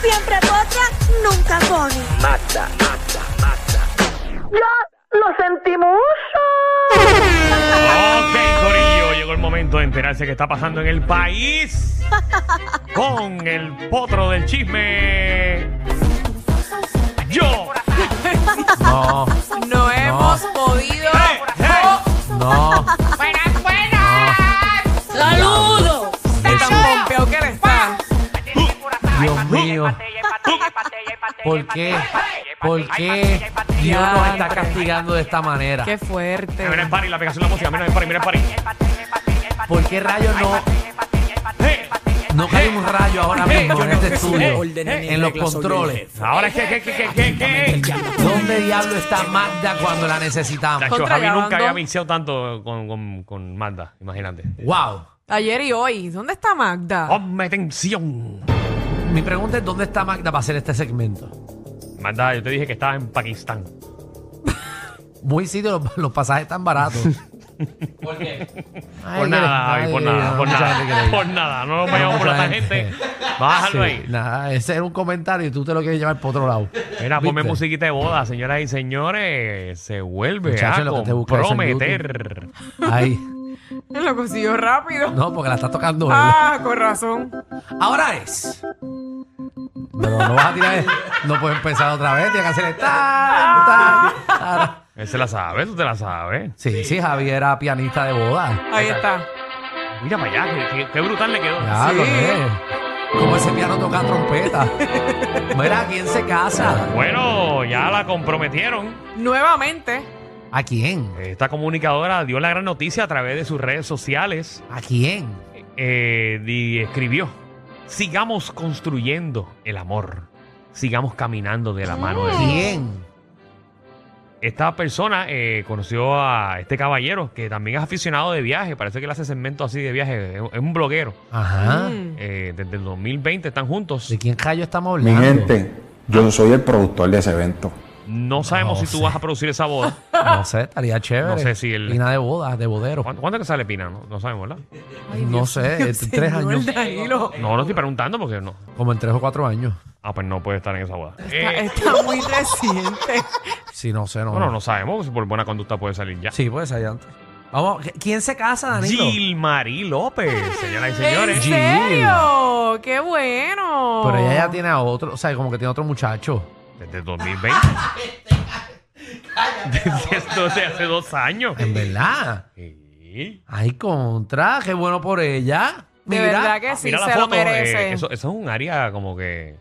Siempre potra, nunca pone. ¡Ya lo sentimos! Ok, Corillo, llegó el momento de enterarse qué está pasando en el país con el potro del chisme. Yo. No, No hemos podido. Hey, hey. no. ¡Buenas, buenas! ¡Saludos! Eso- tan pompeado que él está. Dios mío, ¿por qué? ¿Por qué Dios nos está castigando de esta manera? ¡Qué fuerte! Mira el party, la aplicación de la música. Mira el party, mira el party. ¿Por qué rayos no, Hey. no cae un rayo ahora mismo en este estudio? Hey. En los controles. Ahora es que, que, que, que, que, que. ¿Dónde diablo está Magda cuando la necesitamos? Tacho, Javi Contrabando. nunca había mixeado tanto con, con, con Magda, imagínate. Wow. Ayer y hoy. ¿Dónde está Magda? Ponme tensión. Mi pregunta es ¿dónde está Magda para hacer este segmento? Magda, yo te dije que estaba en Pakistán. Muy sitio, los, los pasajes están baratos. ¿Por qué? Por Pues nada, Javi, por nada, por nada. Por nada, no nos vayamos por la Mucha gente. gente. Ah, Bájalo ahí. Sí, nada, ese era un comentario y tú te lo quieres llevar por otro lado. Mira, ponme ¿Viste? musiquita de boda, señoras y señores. Se vuelve Muchacho, a lo que te busca eso en comprometer. Ahí. Lo consiguió rápido. No, porque la está tocando él. Ah, con razón. Ahora es. No, no, no vas a tirar. No puedes empezar otra vez. Tienes que hacer el tan, tan, tan. Él se la sabe, tú te la sabes. Sí, sí, Javier era pianista de boda. Ahí está. Mira para allá, qué, qué- qué brutal le quedó. Ya, Sí. lo que es. Como ese piano toca trompeta. Mira, ¿a quién se casa? Bueno, ya la comprometieron. Nuevamente. ¿A quién? Esta comunicadora dio la gran noticia a través de sus redes sociales ¿A quién? eh, y escribió: Sigamos construyendo el amor. Sigamos caminando de la mano. de Dios". ¿Quién? Esta persona eh, conoció a este caballero que también es aficionado de viaje. Parece que le hace segmentos así de viaje. Es- Es un bloguero. Ajá. Mm. Eh, desde el 2020 están juntos. ¿De quién callo estamos Mi hablando? gente, yo soy el productor de ese evento. No sabemos No si tú sé. vas a producir esa boda. No sé, estaría chévere. No sé si el- Pina de boda, de bodero. ¿Cuándo, cuándo es que sale Pina? No, no sabemos, ¿verdad? No sé, Dios, este, tres señor años. Danilo. No, no estoy preguntando porque no. Como en tres o cuatro años. Ah, pues no puede estar en esa boda. Está, Eh, está muy reciente. Sí, no sé, no. bueno, no sabemos si por buena conducta puede salir ya. Sí, puede ser antes. Vamos, ¿quién se casa, Danilo? Gilmarí López, señoras y ¿En señores. Gil. serio? ¡Qué bueno! Pero ella ya tiene a otro, o sea, como que tiene otro muchacho. Desde 2020. Desde, esto- desde hace dos años. En verdad. Sí. Ay, contra, qué bueno por ella. De Ah, Mira, verdad que sí, Mira la se lo foto. eh, merece. eso, eso es un área como que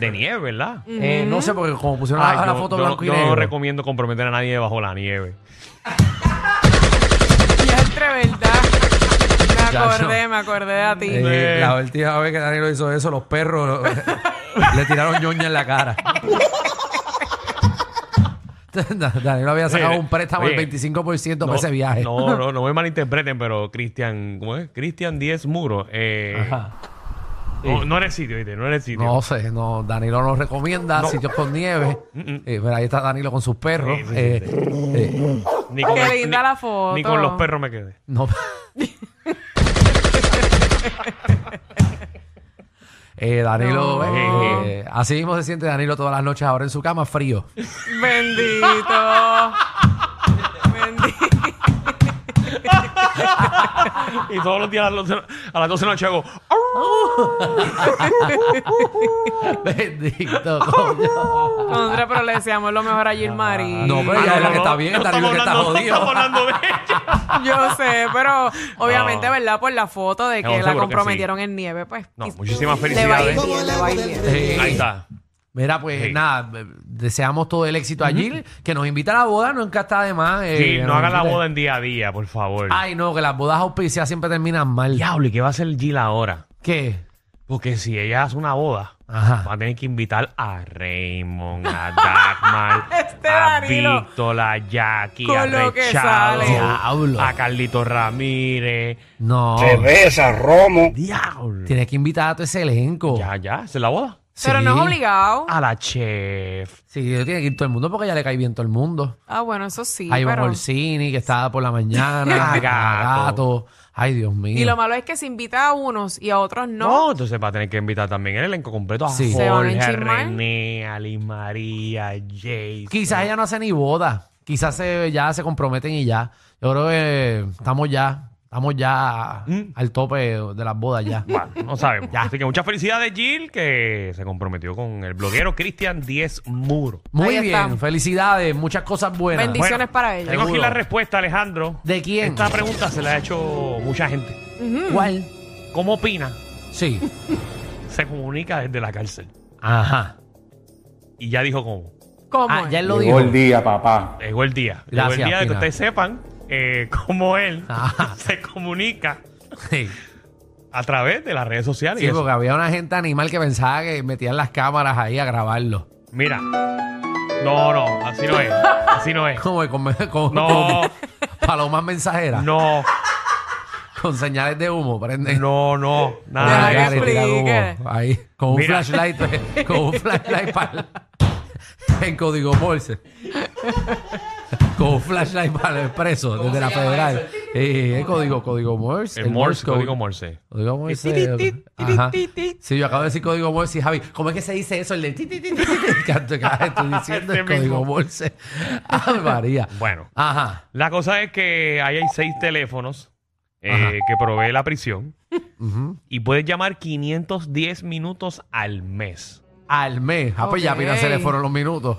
de nieve, ¿verdad? Mm. eh, no sé, porque como pusieron Ay, Ah, la, la yo- foto yo- blanco y yo no negro. recomiendo comprometer a nadie bajo la nieve. Ya entre verdad. Me Ya, acordé, yo- me acordé de ti. Eh, la última vez que Danilo hizo eso, los perros eh, le tiraron ñoña en la cara. Danilo había sacado Oye, un préstamo oye, del 25% para ese viaje. No, no, no me malinterpreten, pero Cristian, ¿cómo es? Cristian 10 Muro. eh, Ajá. no, no era el sitio, ¿viste? No era el sitio. No sé, no, Danilo nos recomienda No. mm, sitios con nieve. Eh, pero ahí está Danilo con sus perros. Sí, sí, sí, Eh, sí. eh, Ni con Qué el- linda ni- la foto. Ni con los perros me quedé. no. Eh, Danilo, No. eh, así mismo se siente Danilo todas las noches ahora en su cama, frío. Bendito. Bendito. Y todos los días a las 12 a las 12 de la noche hago. "Ah, Bendito, coño. Contra, pero le deseamos lo mejor a Gilmari. No, pero "Ah, ya es la que está bien, no estamos Danilo que está hablando- no jodido. estamos hablando de ella. Yo sé, pero obviamente, No. ¿verdad? Por la foto de que No, la seguro que comprometieron en nieve, pues. No, y- muchísimas Le va a ir felicidades. bien, le va a ir bien. Eh, Ahí está. Mira, pues Sí. nada, eh, deseamos todo el éxito a Gil, que nos invita a la boda, nunca está de más. eh, Sí, que no nos haga la invite. boda en día a día, por favor. Ay, no, que las bodas auspiciadas siempre terminan mal. Diablo, ¿y qué va a hacer Gil ahora? ¿Qué? Porque si ella hace una boda, Ajá. Va a tener que invitar a Raymond, a Dagmar, Este a Danilo. Víctor, a Jackie, Con a lo que Rechado, sale. Diablo. a Carlito Ramírez. No. Cerveza, romo. Diablo. Tienes que invitar a todo ese elenco. Ya, ya, se la boda. Pero Sí. no es obligado. A la chef. Sí, tiene que ir todo el mundo porque ya le cae bien todo el mundo. Ah, bueno, eso sí. a Iván pero... Orsini, que está por la mañana, A a Gato. Gato. Ay, Dios mío. Y lo malo es que se invita a unos y a otros No. no. entonces va a tener que invitar también el elenco completo a Sí. Se van a Jorge, a enchismar. René, a Liz María, a Jason. Quizás ella no hace ni boda. Quizás se- ya se comprometen y ya. Yo creo que estamos ya, estamos ya Mm. al tope de las bodas ya. Bueno, no sabemos. Así que muchas felicidades, Jill, que se comprometió con el bloguero Cristian Diez Muro. Muy Ahí bien, está. felicidades, muchas cosas buenas. Bendiciones. para ella. Tengo aquí Seguro. la respuesta, Alejandro. ¿De quién? Esta pregunta se la ha hecho mucha gente. Mm. ¿Cuál? ¿Cómo opina? Sí. Se comunica desde la cárcel. Ajá. Y ya dijo cómo. ¿Cómo? Ah, es? ya él lo Llegó dijo. el día, papá. Llegó el día. Llegó el Gracias, Ah. día de que Pina. ustedes sepan eh, cómo él Ajá. se comunica Sí. a través de las redes sociales. y Sí, eso. porque había una gente animal que pensaba que metían las cámaras ahí a grabarlo. Mira. No, no, así no es. Así no es. Como con, con, No. con palomas mensajeras. No, Con señales de humo, prende. no, no. Deja Nada. de que Ahí, eso. ahí, tirado humo. explique. Ahí, con un Mira. flashlight, con un flashlight para en código Morse. Con un flashlight para el expreso desde la federal. Eh, el código, código Morse. El Morse, code. código Morse. Código Morse. Ajá. Sí, yo acabo de decir código Morse y Javi, ¿cómo es que se dice eso? El de ti, ti, ti, ti, ti, que antes que estoy diciendo el Este mismo. código Morse. Ay, María. Bueno. Ajá. La cosa es que ahí hay seis teléfonos eh, Ajá. que provee la prisión Ujú. y puedes llamar 510 minutos al mes. Al mes. Ah, pues ya, Ok. mira, se le fueron los minutos.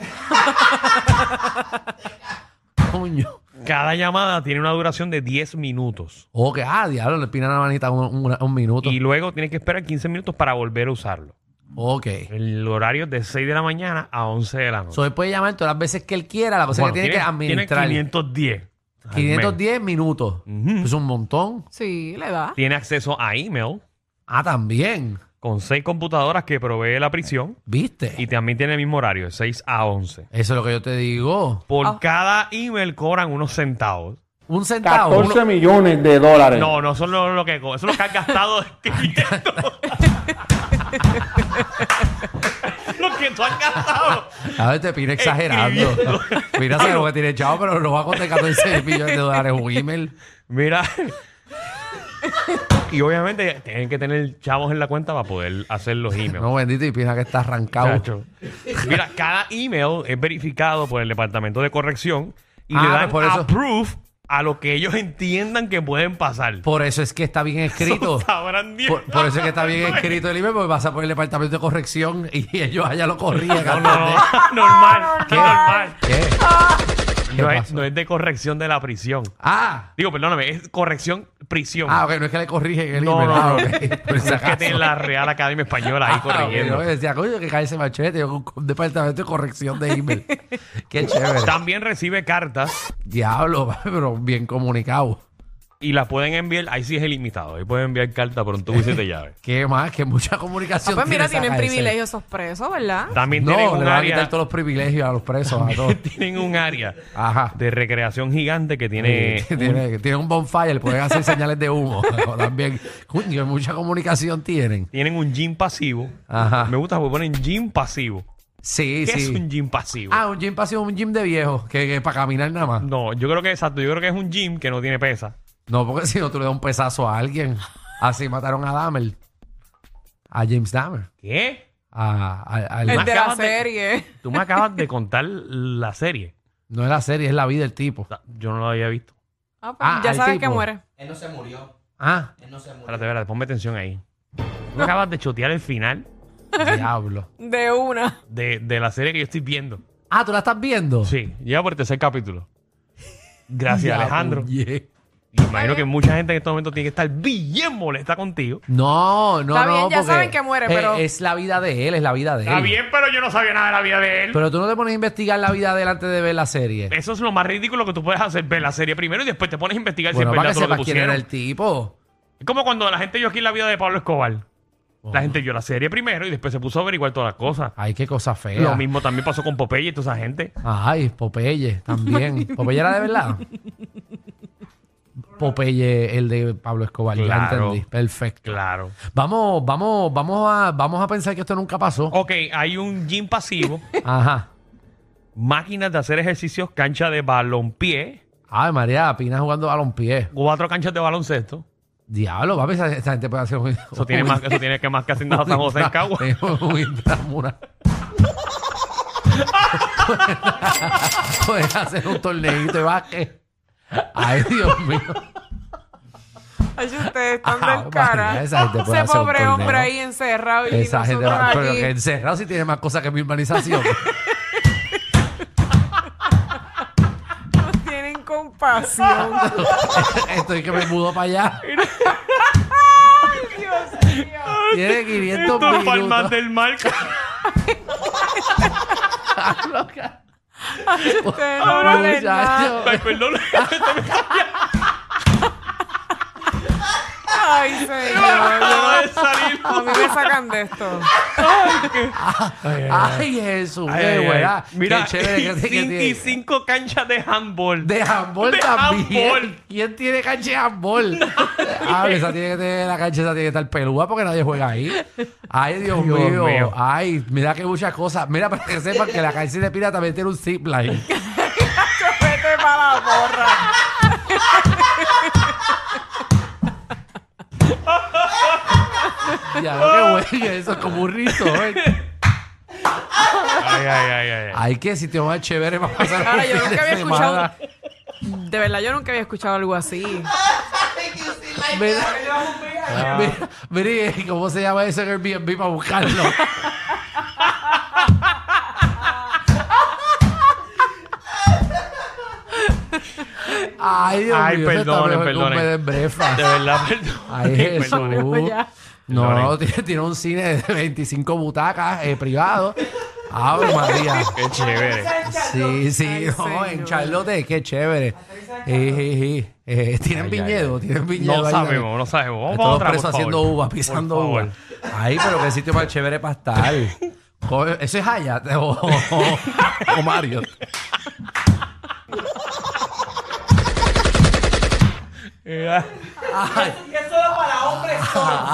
Coño. Cada llamada tiene una duración de 10 minutos Ok, ah, diablo, le pinan la manita un, un- un minuto. y luego tienes que esperar 15 minutos para volver a usarlo. Ok. El horario es de 6 de la mañana a 11 de la noche. So, él puede llamar todas las veces que él quiera, la cosa Bueno, que tiene, que administrar. tiene 510. al 510 minutos. Ujú. Es un montón. Sí, le da. mes. Tiene acceso a email Ah, también. con seis computadoras que provee la prisión ¿Viste? y también tiene el mismo horario, de 6 a 11. Eso es lo que yo te digo. Por Ah. cada email cobran unos centavos. Un centavo. 14 millones de dólares. No, no son lo, lo que eso es lo que has gastado escribiendo. lo que tú has gastado. uno- A ver, te pino exagerando. Escribiendo. Mira, sabe lo que tiene chavo, pero no va a contar 14 millones de dólares un email. Mira. y obviamente tienen que tener chavos en la cuenta para poder hacer los emails. No, bendito, y piensa que está arrancado. Chacho. Mira, cada email es verificado por el departamento de corrección y le Ah, dan pues por eso. approve a lo que ellos entiendan que pueden pasar. Por eso es que está bien escrito. Sabrán Dios. Por, por eso es que está bien escrito el email, porque pasa por el departamento de corrección y ellos allá lo corrían. No, no, normal. ¿Qué? normal. Ah. ¿Qué? ¿Qué No es, pasó? no es de corrección de la prisión. Ah, Digo, perdóname, es corrección prisión. ah, ok, no es que le corrigen el No, email. no, ah, no. ok. Por si es que acaso. tiene la Real Academia Española ahí Ah, corrigiendo. ok, Yo decía, coño, que cae ese machete. Yo con departamento de corrección de email. Qué chévere. También recibe cartas Diablo, pero bien comunicado. y las pueden enviar. Ahí sí es ilimitado. Ahí pueden enviar cartas por un tubo y siete llaves. ¿Qué más? Que mucha Ah, comunicación. pues mira, tiene tienen esa cárcel. privilegios esos presos, ¿verdad? También tienen, No, un le van a quitar área, todos los privilegios a los presos, a todos. tienen un área Ajá. de recreación gigante que tiene. Sí, tiene, tiene un bonfire, pueden hacer señales de humo. También, coño, mucha comunicación tienen. Tienen un gym pasivo. Ajá. Me gusta porque ponen gym pasivo. Sí, ¿Qué sí. es un gym pasivo? Ah, un gym pasivo, un gym de viejo, que, para caminar nada más. No, yo creo que exacto. Yo creo que es un gym que no tiene pesa. No, porque si no, tú le das un pesazo a alguien. Así mataron a Dahmer. A James Dahmer. ¿Qué? A, a- al- El Más de la acabas de- serie. Tú me acabas de contar la serie. no es la serie, es la vida del tipo. O sea, Yo no la había visto. Ah, pues Ah, ya al sabes que tipo. muere. Ah, Espérate, espérate, ponme atención ahí. Tú me acabas de chotear el final diablo. De una. de, de la serie que yo estoy viendo. Ah, ¿tú la estás viendo? Sí, llega por el tercer capítulo. Gracias, Ya, Alejandro. puñe. Me imagino que mucha gente en este momento tiene que estar bien molesta contigo. No, no, Está no. bien, ya porque saben que muere, eh, pero- Es, la vida de él, es la vida de él. Está bien, pero yo no sabía nada de la vida de él. Pero tú no te pones a investigar la vida de él antes de ver la serie. Eso es lo más ridículo que tú puedes hacer. Ver la serie primero y después te pones a investigar si bueno, es para verdad que todo lo sepas que quién era pusieron. el tipo. Es como cuando la gente yo aquí la vida de Pablo Escobar. La gente vio la serie primero y después se puso a averiguar todas las cosas. Ay, qué cosa fea. Lo mismo también pasó con Popeye y toda esa gente. Ay, Popeye también. Popeye era de verdad. Popeye, el de Pablo Escobar. Ya Claro. entendí. Perfecto. Claro. Vamos, vamos, vamos a, vamos a pensar que esto nunca pasó. Ok, hay un gym pasivo, Ajá. máquinas de hacer ejercicios, cancha de balonpié, Ay, María, Pina jugando balompié. cuatro canchas de baloncesto. Diablo, papi, esa, esa gente puede hacer un. Eso tiene, más, eso tiene que más que hacer nada San José en Cagua. un intramura. Puedes hacer un torneito de básquet. Ay, Dios mío. Ay, ustedes están Ah, del cara. María, esa gente puede Ese hacer un pobre torneo. hombre ahí encerrado y Esa gente nosotros va. Pero aquí. que encerrado sí tiene más cosas que mi urbanización. Nos tienen compasión. Estoy que me mudó para allá. Tiene 500 Esto es Palmas minutos. del Mar. Ustedes no valen nada. Muchacho. Ay, perdón. Ay, señor. Acaba de salir. A mí me sacan de esto. Ay, Jesús, Ay, qué ay, buena. ay. Mira, qué chévere. que- que y, tiene. cinco canchas de handball. De handball De también. handball. ¿Quién tiene cancha de handball? Ah, esa tiene que tener la cancha, esa tiene que estar pelúa porque nadie juega ahí. Ay, Dios, Dios mío. mío. Ay, mira que muchas cosas. Mira, para que sepan que la cancha de Pira también tiene un zipline. Vete para la borra. ya, lo que bueno, eso es como un rito. ¿eh? Ay, ay, ay, ay. ay. Ay, qué sitio más chévere para pasar Ahora, yo un fin nunca de había semana. escuchado. De verdad, yo nunca había escuchado algo así. Mira, mira, mira, ¿y ¿cómo se llama ese Airbnb para buscarlo? Ay, Dios Ay, mío, eso está perdonen, mejor que un perdonen. bed and breakfast. De verdad, perdón. Ay, Perdone. Jesús. No, Perdonen. tiene, tiene un cine de 25 butacas eh, privado. Ave María. Qué chévere. Sí, sí, no, señor. en Charlotte, qué chévere. Sí, sí, sí. Eh, tienen viñedo, tienen viñedo. No ahí también. sabemos, no sabemos. Vamos a Todos otra, presos por favor. haciendo uva, pisando Por uva. favor. Ay, pero qué sitio más chévere para estar. Joder, Eso es Hayat o, o- o Mario. Eh, Ay,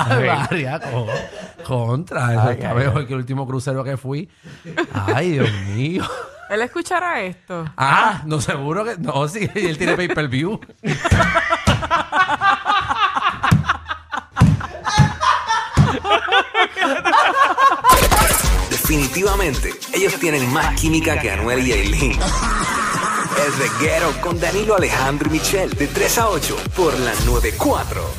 María, Ah, co- contra. Eso está mejor que el último crucero que fui. Ay, Dios mío. Él escuchará esto. Ah, no, seguro que. No, sí, él tiene pay per view. Definitivamente, ellos tienen más química que Anuel y Aileen. El reguero con Danilo Alejandro y Michel, de 3 a 8, por la 94.